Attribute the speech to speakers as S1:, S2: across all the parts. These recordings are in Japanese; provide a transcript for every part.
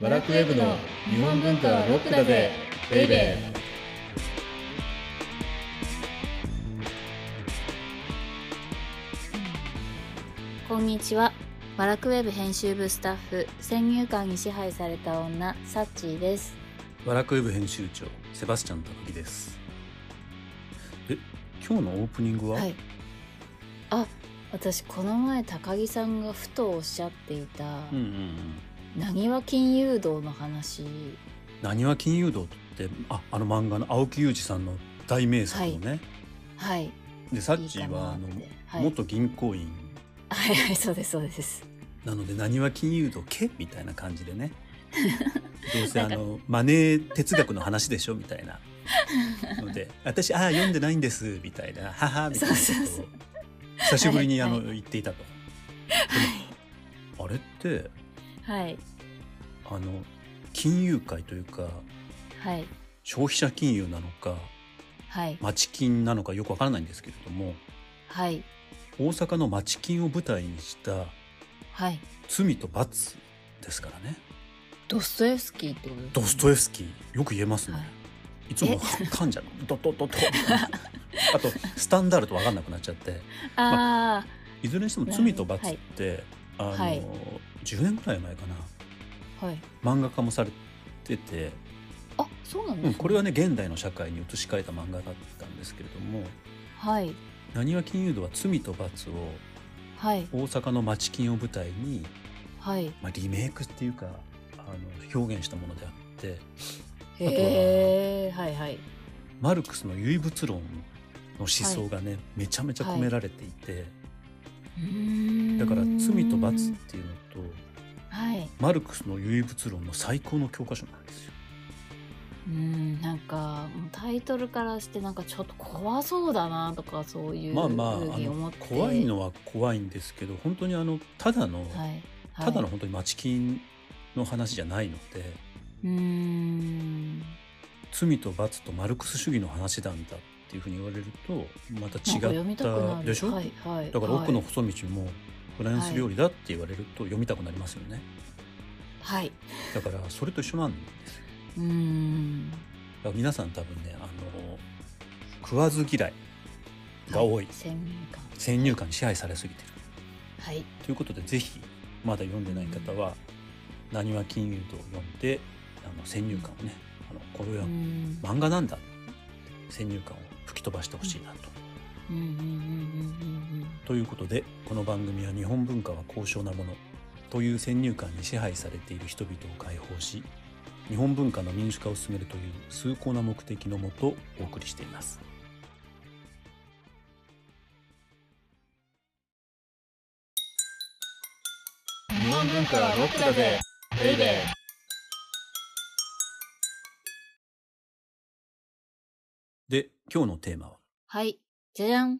S1: バラクウェブの日本文化はロックだぜベイベー
S2: こんにちは。バラクウェブ編集部スタッフ、先入観に支配された女、サッチーです。
S3: ワラクウェブ編集長セバスチャン高木ですえ今日のオープニングは、
S2: はい。あ、私この前高木さんがふとおっしゃっていた、
S3: うんうんうん
S2: なにわ金融道の話、
S3: 何は金融道ってああの漫画の青木雄二さんの大名作のね、
S2: はい。
S3: でサ
S2: い
S3: ッ
S2: い
S3: チ
S2: か
S3: ーは
S2: な
S3: あ
S2: っ
S3: の、
S2: て。はい。
S3: 元銀行員
S2: はいはい、そうです、そうです。
S3: なので何は金融道けみたいな感じ でねどうせあのマネー哲学の話でしょみたいなので私ああ読んでないんですみたいな母みたいなこ
S2: そうそうそ
S3: と
S2: う
S3: を久しぶりにあの、
S2: はいは
S3: 言っていたと。でもあれって
S2: はい。
S3: あの金融界というか
S2: はい。
S3: 消費者金融なのか
S2: はい。
S3: 町金なのかよくわからないんですけれども
S2: はい。
S3: 大阪の町金を舞台にした
S2: はい。
S3: 「罪と罰」ですからね
S2: ドストエフスキーってこと
S3: ドストエフスキーよく言えますね、、
S2: はい
S3: つも噛ん じゃうのドドドド あとスタンダールとわかんなくなっちゃって
S2: あ
S3: いずれにしても「罪と罰」って、あの
S2: はい
S3: 10年くらい前かな
S2: あ、はい。
S3: 漫画化もされてて、
S2: あ、そうなんです
S3: う
S2: ね
S3: ん、これはね現代の社会に移し替えた漫画だったんですけれども
S2: はい。
S3: なにわ金融道は罪と罰を
S2: はい。
S3: 大阪の町金を舞台に、
S2: はい。
S3: まあ、リメイクっていうかあの表現したものであっては
S2: へえ、はいはい。
S3: マルクスの唯物論の思想がね、めちゃめちゃ込められていて、だから「罪と罰」っていうのと
S2: はい
S3: マルクスの唯物論の最高の教科書なんですよ。
S2: うんなんかもうタイトルからしてなんかちょっと怖そうだなとかそういう
S3: まあまああ
S2: ふうに思
S3: の
S2: って
S3: 怖いのは怖いんですけど本当にあのただの、
S2: はい、はい、
S3: ただの本当に町金の話じゃないので。
S2: うーん
S3: 罪と罰とマルクス主義の話なんだっていうふうに言われるとまた
S2: なんか読
S3: 違っ
S2: みたくな
S3: た
S2: る
S3: でしょ、
S2: はいはい、
S3: だから
S2: はい
S3: 奥の細道もフランス料理だって言われると読みたくなりますよ ね、
S2: はい
S3: だからそれと一緒なんですよ
S2: うーん
S3: だから皆さん多分ねあの食わず嫌いが多い、
S2: 先入観
S3: 先入観に支配されすぎてる
S2: はい
S3: ということでぜひまだ読んでない方は「なにわ金融」と読んであの先入観をねあのこれ
S2: う
S3: は
S2: ん
S3: 漫画なんだ先入観を吹き飛ばしてほしいなと
S2: うんうんうんうんうん
S3: ということでこの番組は日本文化は高尚なものという先入観に支配されている人々を解放し日本文化の民主化を進めるという崇高な目的のもとお送りしています
S1: 日本文化はロックだぜベイベ
S3: で今日のテーマは
S2: はい。じゃじゃん。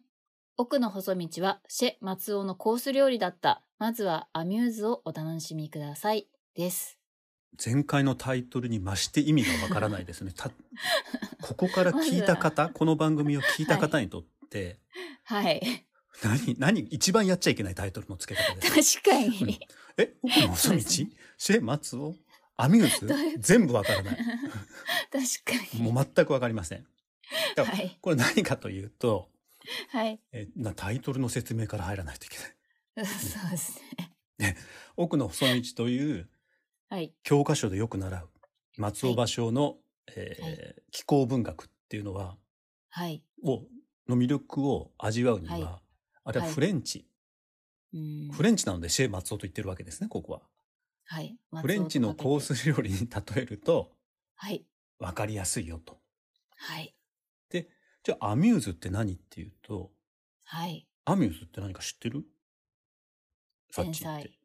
S2: 奥の細道はシェ・松尾のコース料理だった。まずはアミューズをお楽しみください。です。
S3: 前回のタイトルに増して意味がわからないです ねたここから聞いた方この番組を聞いた方にとって、
S2: はい。
S3: 何何一番やっちゃいけないタイトルの付け方です
S2: 確か
S3: うん
S2: に。
S3: え奥の細道シェ松尾アミュー
S2: どうい
S3: ズ全部わからない
S2: 確かに。
S3: もう全くわかりません。だから
S2: はい。
S3: これ何かというと、
S2: はい。
S3: えなタイトルの説明から入らないといけない。
S2: そうですね。
S3: 奥の細道という
S2: はい。
S3: 教科書でよく習う松尾芭蕉の、えー
S2: は
S3: 気候文学っていうのは、
S2: はい。
S3: を、の魅力を味わうには、
S2: は
S3: あれはフレンチ、
S2: うん
S3: フレンチなのでシェ松尾と言ってるわけですね、ここは。
S2: はい。
S3: フレンチのコー
S2: 松尾とかけて。
S3: ス料理に例えると、
S2: はい。
S3: わかりやすいよと。
S2: はい。
S3: じゃあ、アミューズって何っていうと、
S2: はい。
S3: アミューズって何か知ってるさっき言っ
S2: 天
S3: て
S2: 才。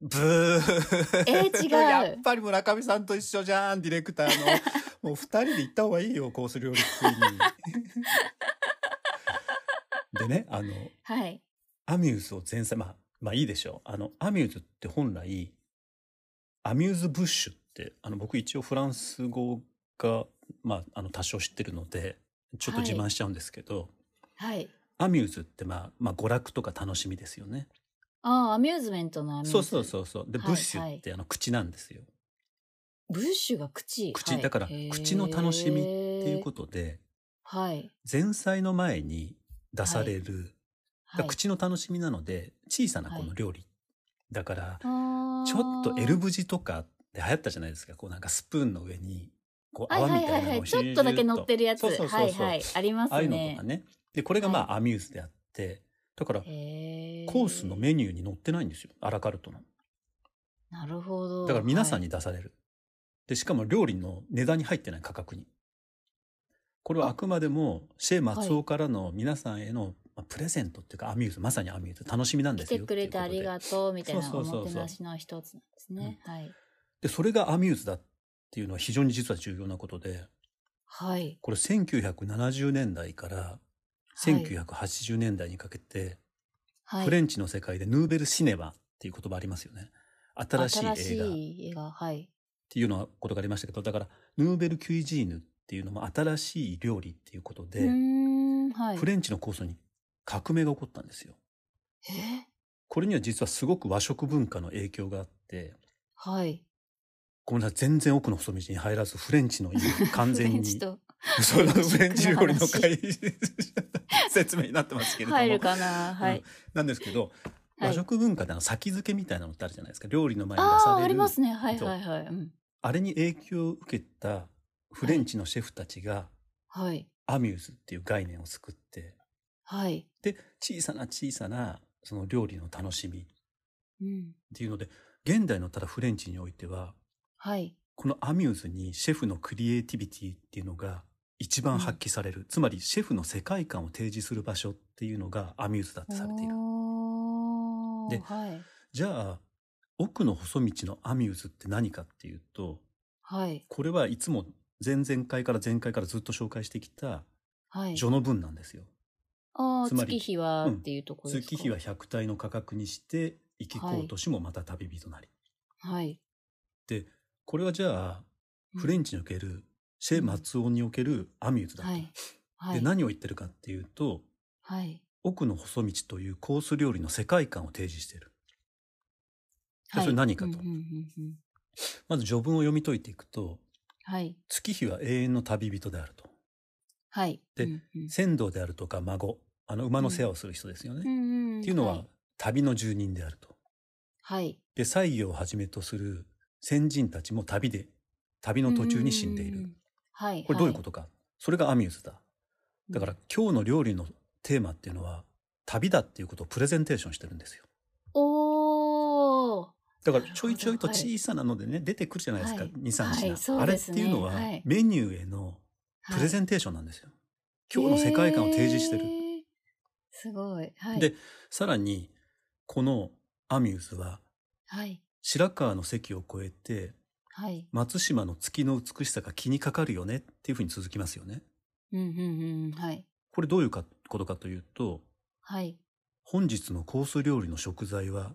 S3: ブー
S2: えー違う
S3: やっぱり村上さんと一緒じゃん、ディレクター の。もう二人で行った方がいいよ、コース料理食い に。でね、あの、
S2: はい。
S3: アミューズを前菜、まあ、まあいいでしょう。あの、アミューズって本来、アミューズブッシュって、あの、僕一応フランス語が、まあ、あの、多少知ってるので、ちょっと自慢しちゃうんですけど、
S2: はい。
S3: アミューズって、まあ、まあ、娯楽とか楽しみですよね。
S2: ああ、アミューズメントのアミューズ。
S3: そうそうそうそう。で、
S2: はい
S3: ブッシ
S2: は
S3: ュ
S2: い
S3: ってあの口なんですよ。
S2: ブッシュが口。。
S3: 口だから口の楽しみっていうこととで
S2: はい。
S3: 前菜の前に出される、だか
S2: は
S3: ら
S2: い
S3: 口の楽しみなので小さなこの料理、だから
S2: あー
S3: ちょっと L ブジとかで流行ったじゃないですかこうなんかスプーンの上にこう
S2: はい
S3: 泡
S2: は
S3: み
S2: い
S3: た
S2: はいい
S3: な
S2: は
S3: の
S2: い。
S3: を
S2: ちょっとだけ乗ってるやつ。
S3: そうそうそうそう
S2: はいはい。ありますね。
S3: ああいうのとかねでこれがまあアミューズであって、だから
S2: へー
S3: コースのメニューに載ってないんですよアラカルトの
S2: なるほど。
S3: だから皆さん
S2: に。
S3: に出される、でしかも料理の値段に入ってない価格にこれはあくまでもシェ・松尾からの皆さんへのまあプレゼントっていうかアミューズまさにアミューズ楽しみなんで
S2: 来
S3: す
S2: て
S3: よって
S2: く
S3: いう
S2: れ
S3: こと
S2: て
S3: で
S2: ありがとうみたいな
S3: そう
S2: お
S3: そうそうそう
S2: もてなしの一つなんですね。はい。
S3: でそれがアミューズだっていうのは非常に実は重要なことで
S2: はい。
S3: これ1970年代から1980年代にかけて、
S2: はい
S3: フレンチの世界でヌーベル・シネマっていう言葉ありますよね新しい映画
S2: 新しい映画。はい。
S3: っていうようなことがありましたけどだからヌーベル・キュイジーヌっていうのも新しい料理っていうこと
S2: う
S3: で、
S2: ーん。はい
S3: フ。レンチのコースに革命が起こったんですよ。
S2: え
S3: これには実はすごく和食文化の影響があって
S2: はい。
S3: ごめんなさい全然奥の細道に入らずフレンチの意味を完全
S2: フレン
S3: に
S2: チと
S3: そのフレンチ料理の
S2: 食の
S3: 会 説明になってますけれども
S2: 入るかな。はい。
S3: なんですけど、
S2: はい
S3: 和食文化であの先付けみたいなのってあるじゃないですか料理の前に出
S2: あ
S3: さ
S2: あー、
S3: れ
S2: あり
S3: る
S2: ますね。はいはいはい。うん。
S3: あれに影響を受けたフレンチのシェフたちが
S2: はい。
S3: アミューズっていう概念を作って
S2: はい。
S3: で小さな小さなその料理の楽しみっ
S2: うん。
S3: ていうので現代のただフレンチにおいては
S2: はい。
S3: このアミューズにシェフのクリエイティビティっていうのが一番発揮される、つまりシェフの世界観を提示する場所っていうのがアミューズだってされている
S2: おー
S3: で
S2: はい。
S3: じゃあ奥の細道のアミューズって何かっていうと
S2: はい。
S3: これはいつも前々回から前回からずっと紹介してきた
S2: はい。
S3: 序の文なんですよ。
S2: ああ、
S3: つまり
S2: 月日はっていうところですか、
S3: 月日は百体の価格にして生きこうとしもまた旅人なり。
S2: はい。
S3: これはじゃあ
S2: うん
S3: フレンチにおけるシェ・マツオにおけるアミューズだと。
S2: はい。はい。
S3: で何を言ってるかっていうと
S2: はい。
S3: 奥の細道というコース料理の世界観を提示している。で
S2: はい
S3: それ何かと
S2: うんうんうんうん
S3: まず序文を読み解いていくと
S2: はい。
S3: 月日は永遠の旅人であると。
S2: はい。
S3: で
S2: うんうん
S3: 船頭であるとか孫あの馬の世話をする人ですよね。
S2: う
S3: っ
S2: んん
S3: ていうのは、
S2: はい。
S3: 旅の住人であると。
S2: はい
S3: で西行をはじめとする先人たちも旅で旅の途中に死んでい。
S2: うう
S3: る
S2: う。はい。
S3: これどういうこととか、それがアミューズだ。だから、今日の料理のテーマっていうのは旅だっていうことをプレゼンテーションしてるんですよ。
S2: おー
S3: だから
S2: なるほ
S3: ち
S2: ど
S3: ょいちょいと
S2: はい
S3: 小さなのでね、出てくるじゃないですか、
S2: はい
S3: 2、3品、
S2: はいそ
S3: あ
S2: う
S3: れ
S2: で
S3: って
S2: す
S3: い
S2: ね
S3: うのは、
S2: はい
S3: メニューへのプレゼ
S2: ン
S3: ンテーションなんですよ。今日の世界観を提示してる。
S2: すごい。はい。
S3: で、さらにこのアミューズは
S2: はい。
S3: 白川の関を越えて
S2: はい。
S3: 松島の月の美しさが気にかかるよねっていうふうに続きますよね。
S2: うんうんうんうん。はい。
S3: これどういうかことかというと
S2: はい。
S3: 本日のコース料理の食材は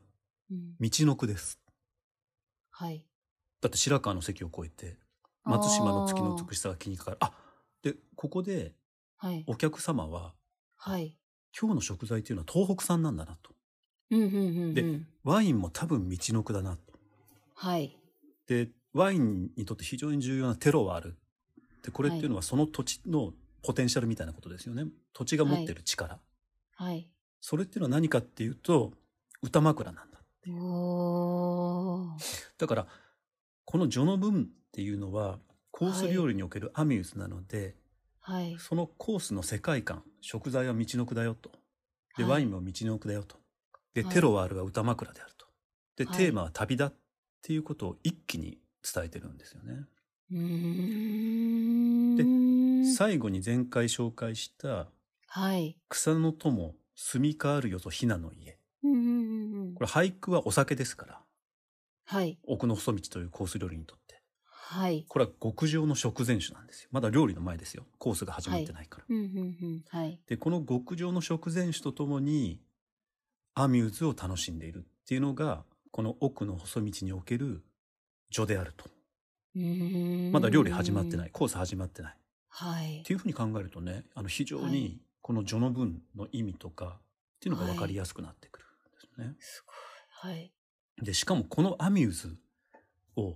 S2: うん
S3: 道の句です。
S2: はい。
S3: だって白川の関を越えて松島の月の美しさが気にかかる。あでここで
S2: あーはい。
S3: お客様は
S2: はい。
S3: 今日の食材というのは東北産なんだなと
S2: うんうんうんうん。
S3: でワインも多分道の句だなと
S2: はい。
S3: でワインにとって非常に重要なテロはあるでこれっていうのはその土地のポテンシャルみたいなことですよね土地が持ってる力、
S2: はい。
S3: それっていうのは何かっていうと歌枕なんだ
S2: おー
S3: だからこの序の文っていうのはコース料理におけるアミューズなので、
S2: はい。
S3: そのコースの世界観食材は道の句だよとで、
S2: はい
S3: ワインも道の句だよとで、
S2: はい
S3: テロはあるが歌枕であるとで、
S2: はい
S3: テーマは旅だっていうことを一気に伝えてるんですよね、
S2: うーん。
S3: 最後に前回紹介した
S2: はい。
S3: 草の友住みかわるよとひなの家
S2: うんうんうんうん
S3: これ俳句はお酒ですから
S2: はい。
S3: 奥の細道というコース料理にとって
S2: はい。
S3: これは極上の食前酒なんですよまだ料理の前ですよコースが始まってないから、
S2: うんうんうん。はい。
S3: でこの極上の食前酒とともにアミューズを楽しんでいるっていうのがこの奥の細道における序であると
S2: うーん
S3: まだ料理始まってない。コース始まってない
S2: はい
S3: っ。ていうふうに考えるとねあの非常
S2: は
S3: に
S2: い
S3: この序の文の意味とかっていうのが分かりやすくなってくるんですね。
S2: すごい。はい。
S3: でしかもこのアミューズを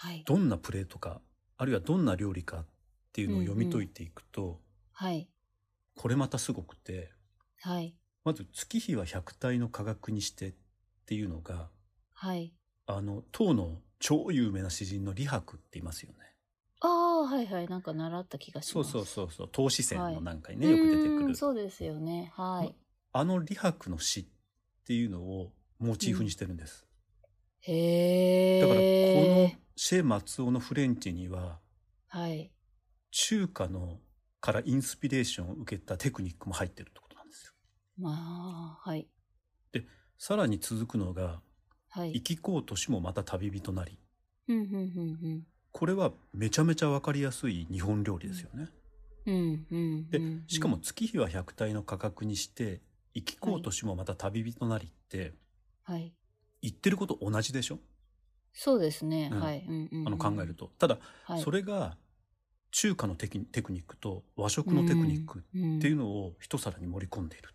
S2: はい。
S3: どんなプレーとかあるいはどんな料理かっていうのを読み解いていくと、
S2: はい。
S3: これまたすごくて
S2: はい。
S3: まず「月日は百体の科学にして」っていうのが
S2: はい。
S3: あの唐の超有名な詩人の李白っていますよね。
S2: ああ、はいはい。なんか習った気がし
S3: そ
S2: ま
S3: う
S2: す。
S3: そう
S2: う。
S3: そうそう唐詩選のなんかにね、
S2: ね、
S3: よく出てくる
S2: そうですよね。はい。
S3: あの李白の詩っていうのをモチーフにしてるんです。
S2: へえ。
S3: だからこのシェ・マツオのフレンチには
S2: はい。
S3: 中華のからインスピレーションを受けたテクニックも入ってるってことなんですよ。
S2: まあ、はい。
S3: さらに続くのが
S2: はい。
S3: 生きこう年もまた旅人なり。
S2: うんうん
S3: これはめちゃめちゃわかりやすい日本料理ですよね。
S2: うんうん。うんうんう
S3: で
S2: ん。
S3: しかも月日は百体の価格にして生きこう年もまた旅人なりって
S2: はい。
S3: 言ってること同じでしょ、
S2: そうですね。
S3: うん
S2: はい。うんうんうん
S3: あの考える。と。ただ
S2: はい。
S3: それが中華のテキテクニックと和食のテクニック
S2: っ
S3: っていうのを一皿に盛り込んでいる。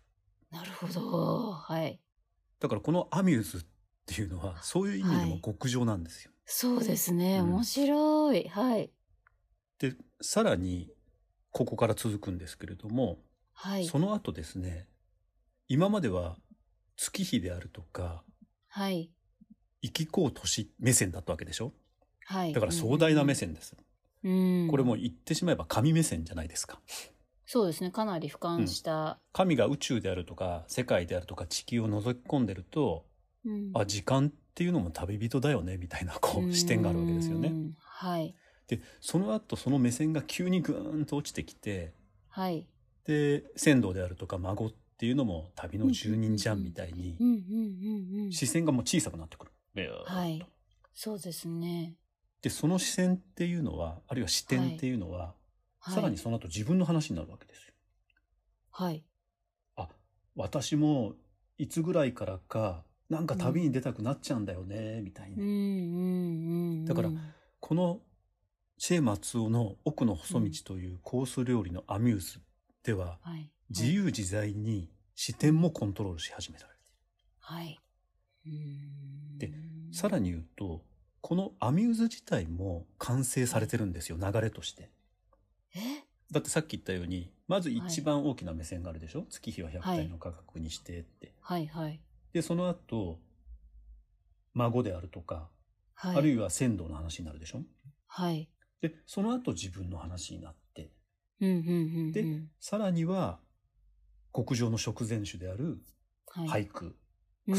S2: なるほど。はい。
S3: だからこのアミューズっていうのはそういう意味でも極上なんですよ。
S2: そうですね。
S3: うん
S2: 面白い。はい。
S3: でさらにここから続くんですけれども、
S2: はい
S3: そ。の後ですね今までは月日であるとか
S2: はい。
S3: 生きこう年目線だったわけでしょ
S2: はい。
S3: だから壮大な目線です。
S2: うん。うん
S3: これも言ってしまえば神目線じゃないですか。
S2: そうですね。かなり俯瞰した。
S3: 神が宇宙であるとか世界であるとか地球を覗き込んでると
S2: うん
S3: あ時間っていうのも旅人だよねみたいなこ
S2: う
S3: うん視点があるわけですよね。
S2: はい。
S3: でその後その目線が急にぐーんと落ちてきて
S2: はい。
S3: で仙道であるとか孫っていうのも旅の住人じゃんみたいに
S2: うんうんうんうん。
S3: 視線がもう小さくなってくる。ビューッと
S2: はい。そうですね。
S3: でその視線っていうのはあるいは視点っていうのは、
S2: はい
S3: さらにその後自分の話になるわけですよ。
S2: はい。
S3: あ私もいつぐらいからかなんか旅に出たくなっちゃうんだよね、みたい
S2: うん
S3: な、
S2: うんうんうん。
S3: だからこのシェ・マツオの「奥の細道」というコース料理のアミューズでは
S2: はい。
S3: 自由自在に視点もコントロールし始められてい
S2: はい。うん
S3: でるさらに言うとこのアミューズ自体も完成されてるんですよ流れとして
S2: え
S3: だってさっき言ったようにまず一番大きな目線があるでしょ、月日は100体の価格にしてって、
S2: はいはい。
S3: でその後孫であるとか
S2: はい。
S3: あるいは仙道の話になるでしょ
S2: はい。
S3: でその後自分の話になって
S2: うんうんうんうん。
S3: でさらには極上の食前酒である
S2: はい。
S3: 俳句「
S2: うんうんうんうん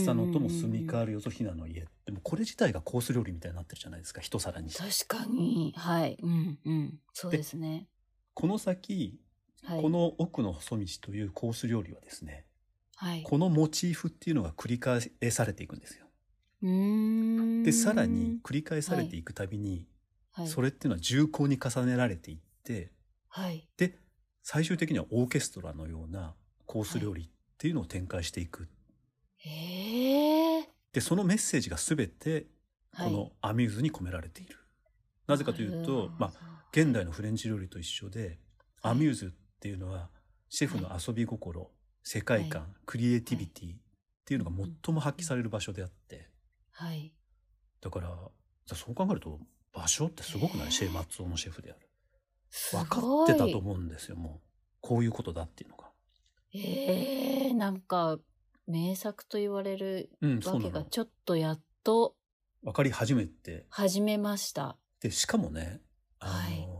S3: 草のとも住みかわるよぞひなの家」でもこれ自体がコース料理みたいになってるじゃないですか一皿にして
S2: 確かに。はい。うんうん。そうですね。
S3: この先、
S2: はい。
S3: この「奥の細道」というコース料理はですね
S2: はい。
S3: このモチーフっていうのが繰り返されていくんですよ。
S2: うーん
S3: でさらに、繰り返されていくたびに、
S2: はい、
S3: それっていうのは重厚に重ねられていって
S2: はい。
S3: 最終的にはオーケストラのようなコース料理っていうのを展開していく
S2: ええ
S3: でそのメッセージが全てこのアミューズに込められている。なぜかというと、まあ、
S2: あ
S3: 現代のフレンチ料理と一緒で、
S2: はい
S3: アミューズっていうのはシェフの遊び心、世界観、クリエイティビティっていうのが最も発揮される場所であって
S2: はい。
S3: だからそう考えると場所ってすごくない、
S2: えー
S3: シェ松尾のシェフである
S2: すごい
S3: 分かってたと思うんですよもうこういうことだっていうのが。
S2: ええなんか、名作と言われる
S3: うん、そ
S2: わ
S3: う
S2: け
S3: な
S2: が
S3: の
S2: ちょっとやっと
S3: 分かり始めて
S2: 始めました。
S3: でしかもねあの、
S2: はい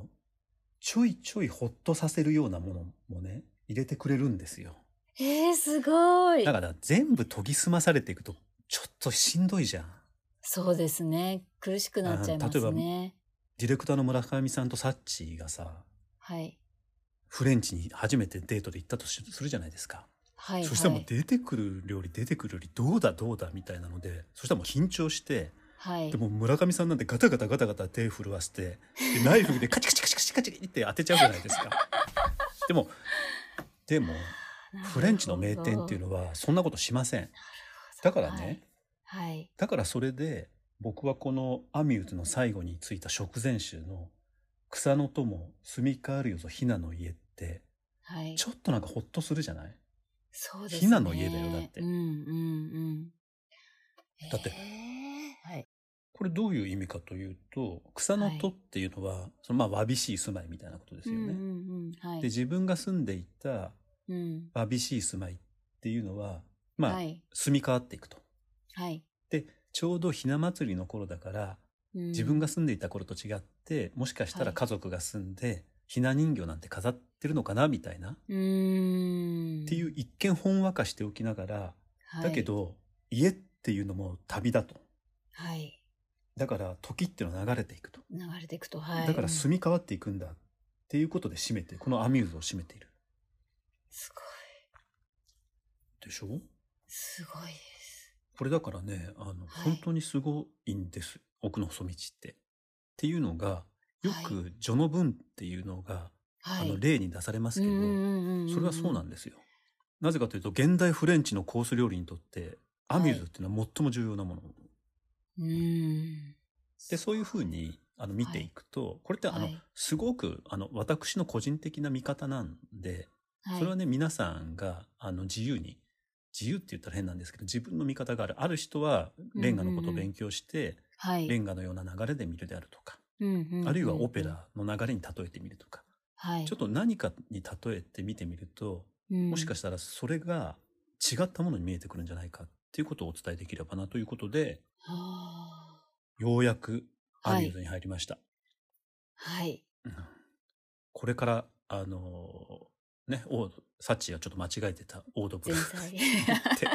S3: ちょいちょいほっとさせるようなものもね入れてくれるんですよ。
S2: ええすごい
S3: だから全部研ぎ澄まされていくとちょっとしんどいじゃん。
S2: そうですね。苦しくなっちゃいますね。
S3: ディレクターの村上さんとサッチーがさ
S2: はい。
S3: フレンチに初めてデートで行ったとしするじゃないですか、
S2: はい、はい。
S3: そしたらもう出てくる料理出てくる料理どうだどうだみたいなのでそしたらもう緊張して
S2: はい
S3: で。も村上さんなんてガタガタガタガタ手震わせてでナイフでカチカチカチカチカチって当てちゃうじゃないですかでもでもフレンチの名店っていう
S2: の
S3: のはそんなことしませんだからね、
S2: はい。
S3: だからそれで僕はこのアミューズの最後についた食前酒の「草の友住みかわるよぞひなの家」って
S2: はい。はい
S3: ちょっとなんかほっとするじゃない
S2: そうですね。
S3: ひなの家だよだって
S2: うんうんうん。
S3: だって
S2: えーはい。
S3: これどういう意味かというと草の戸っていうのは、そのまあわびしい住まいみたいなことですよね。
S2: うんうんうん、は
S3: で
S2: い。
S3: 自分が住んでいた
S2: うん。
S3: わびしい住まいっていうのはまあ、
S2: はい。
S3: 住み変わっていくと。
S2: はい。
S3: ちょうどひな祭りの頃だから
S2: うん
S3: 自分が住んでいた頃と違ってもしかした
S2: は
S3: ら
S2: い
S3: 家族が住んでひな人形なんて飾ってるのかなみたいな、
S2: うーん。。
S3: っていうう一見ほんわかしておきながら、だけ。ど家っていうのも旅だと
S2: はい。
S3: だから時っていうのは流れていくと、
S2: 流れていくと、はい。
S3: だから
S2: す、
S3: 住み変わっていくんだっていうことで締めてこのアミューズを締めている
S2: すごい。
S3: でしょ
S2: すごいです。
S3: これだからねあの、
S2: はい
S3: 本当にすごいんです奥の細道って。っていうのがよ
S2: は
S3: く序の文っていうのが、
S2: は
S3: あ
S2: い。
S3: の例に出されますけど、それはそうなん
S2: で
S3: ですよ。なぜかというと現代フレンチのコース料理にとってアミューズっていうのは最も重要なもの、
S2: す。うん。
S3: でそういうふうにあの見ていくと、これってあ
S2: は
S3: の、
S2: い
S3: すごくあの私の個人的な見方なんで、
S2: はい、
S3: それはね皆さんがあの自由に自由って言ったら変なんですけど自分の見方があるある人はレンガのことを勉強して、
S2: はい、
S3: レンガのような流れで見るであるとか、
S2: うんうんうん
S3: あるいはオペ、ラの流れに例えてみるとか、
S2: はい、
S3: ちょっと何かに例えて見てみるともしか
S2: し
S3: したらそれが違ったものに見えてくるんじゃないかっていうことをお伝えできればなということで、
S2: たら、は
S3: ようやくア
S2: は
S3: ミュー
S2: い
S3: ズ、に入りました。
S2: はい、
S3: うんこれから、あのーね、オードサッチがちょっと間違えてたオードブル
S2: 前
S3: に
S2: 菜
S3: 行って、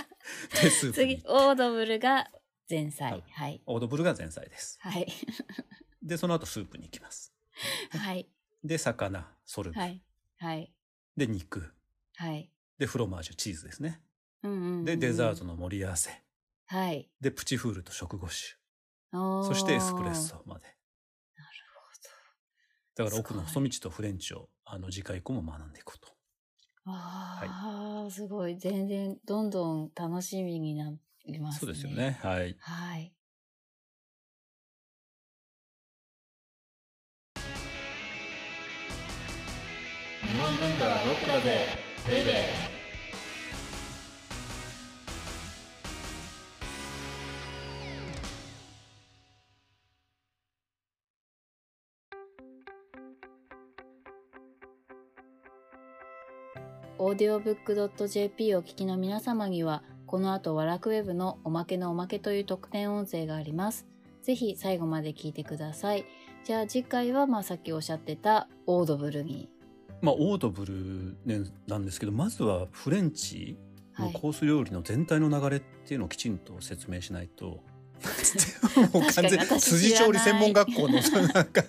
S3: で、スープに
S2: 次、 オードブルが前菜、はい、
S3: オードブルが前菜です。
S2: はい、
S3: で、その後スープに行きます。
S2: はい、
S3: で、魚、ソルベ、
S2: はい、はい、
S3: で、肉、
S2: はい、
S3: で、フロマージュ、チーズですね。
S2: うんうんうん
S3: で、デザート、の盛り合わせ、
S2: はい、
S3: で、プチフールと食後酒、
S2: そ
S3: そしてエスプレッ、ソまで。だから奥の
S2: す
S3: 細
S2: ご
S3: 道とフレンチをあの次回以降も学んでいこうと。
S2: ああ、すごい、全然どんどん楽しみになります
S3: そ
S2: ね。
S3: うですよ。ね。はい。
S2: はい、
S1: 日本文化はロックだぜベイベー
S2: オーディオブックドット JP をお聞きの皆様には、この後、ワラクウェブのおまけのおまけという特典音声があります。ぜひ最後まで聞いてください。じゃあ次回は、まあさっきおっしゃってたオードブルに。
S3: まあオードブル、ね、なんですけどまずはフレンチ
S2: は
S3: の
S2: い。
S3: コース料理の全体の流れっていうのをきちんと説明しない と。もう完
S2: 確
S3: 全
S2: かに私知らない
S3: 辻調理専門学校のなんか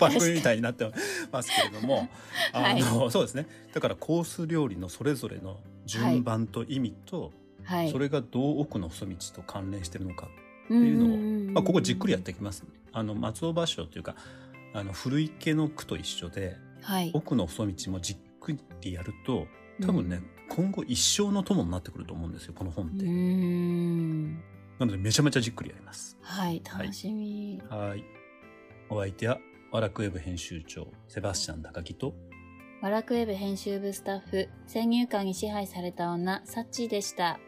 S3: 番組みたいになってますけれども、
S2: はい
S3: あのそうですねだからコース料理のそれぞれの順番と意味と、
S2: はい。
S3: それがどう奥の細道と関連してるのか
S2: て
S3: いうのをまあ、ここじっくりやっ
S2: って
S3: いきます、ね、あの松尾芭蕉というかあの古池の句と一緒で
S2: はい。
S3: 奥の細道もじっくりやると多分ね、今後一生の友になってくると思うんですよこの本っ
S2: う
S3: て、
S2: ーん。
S3: なのでめちゃめちゃじっくりやります
S2: はい。
S3: はい
S2: 楽しみ。
S3: はいお相手はワラクウェブ編集長セバスチャン高木と
S2: ワラクウェブ編集部スタッフ、先入観に支配された女、サッチーでした。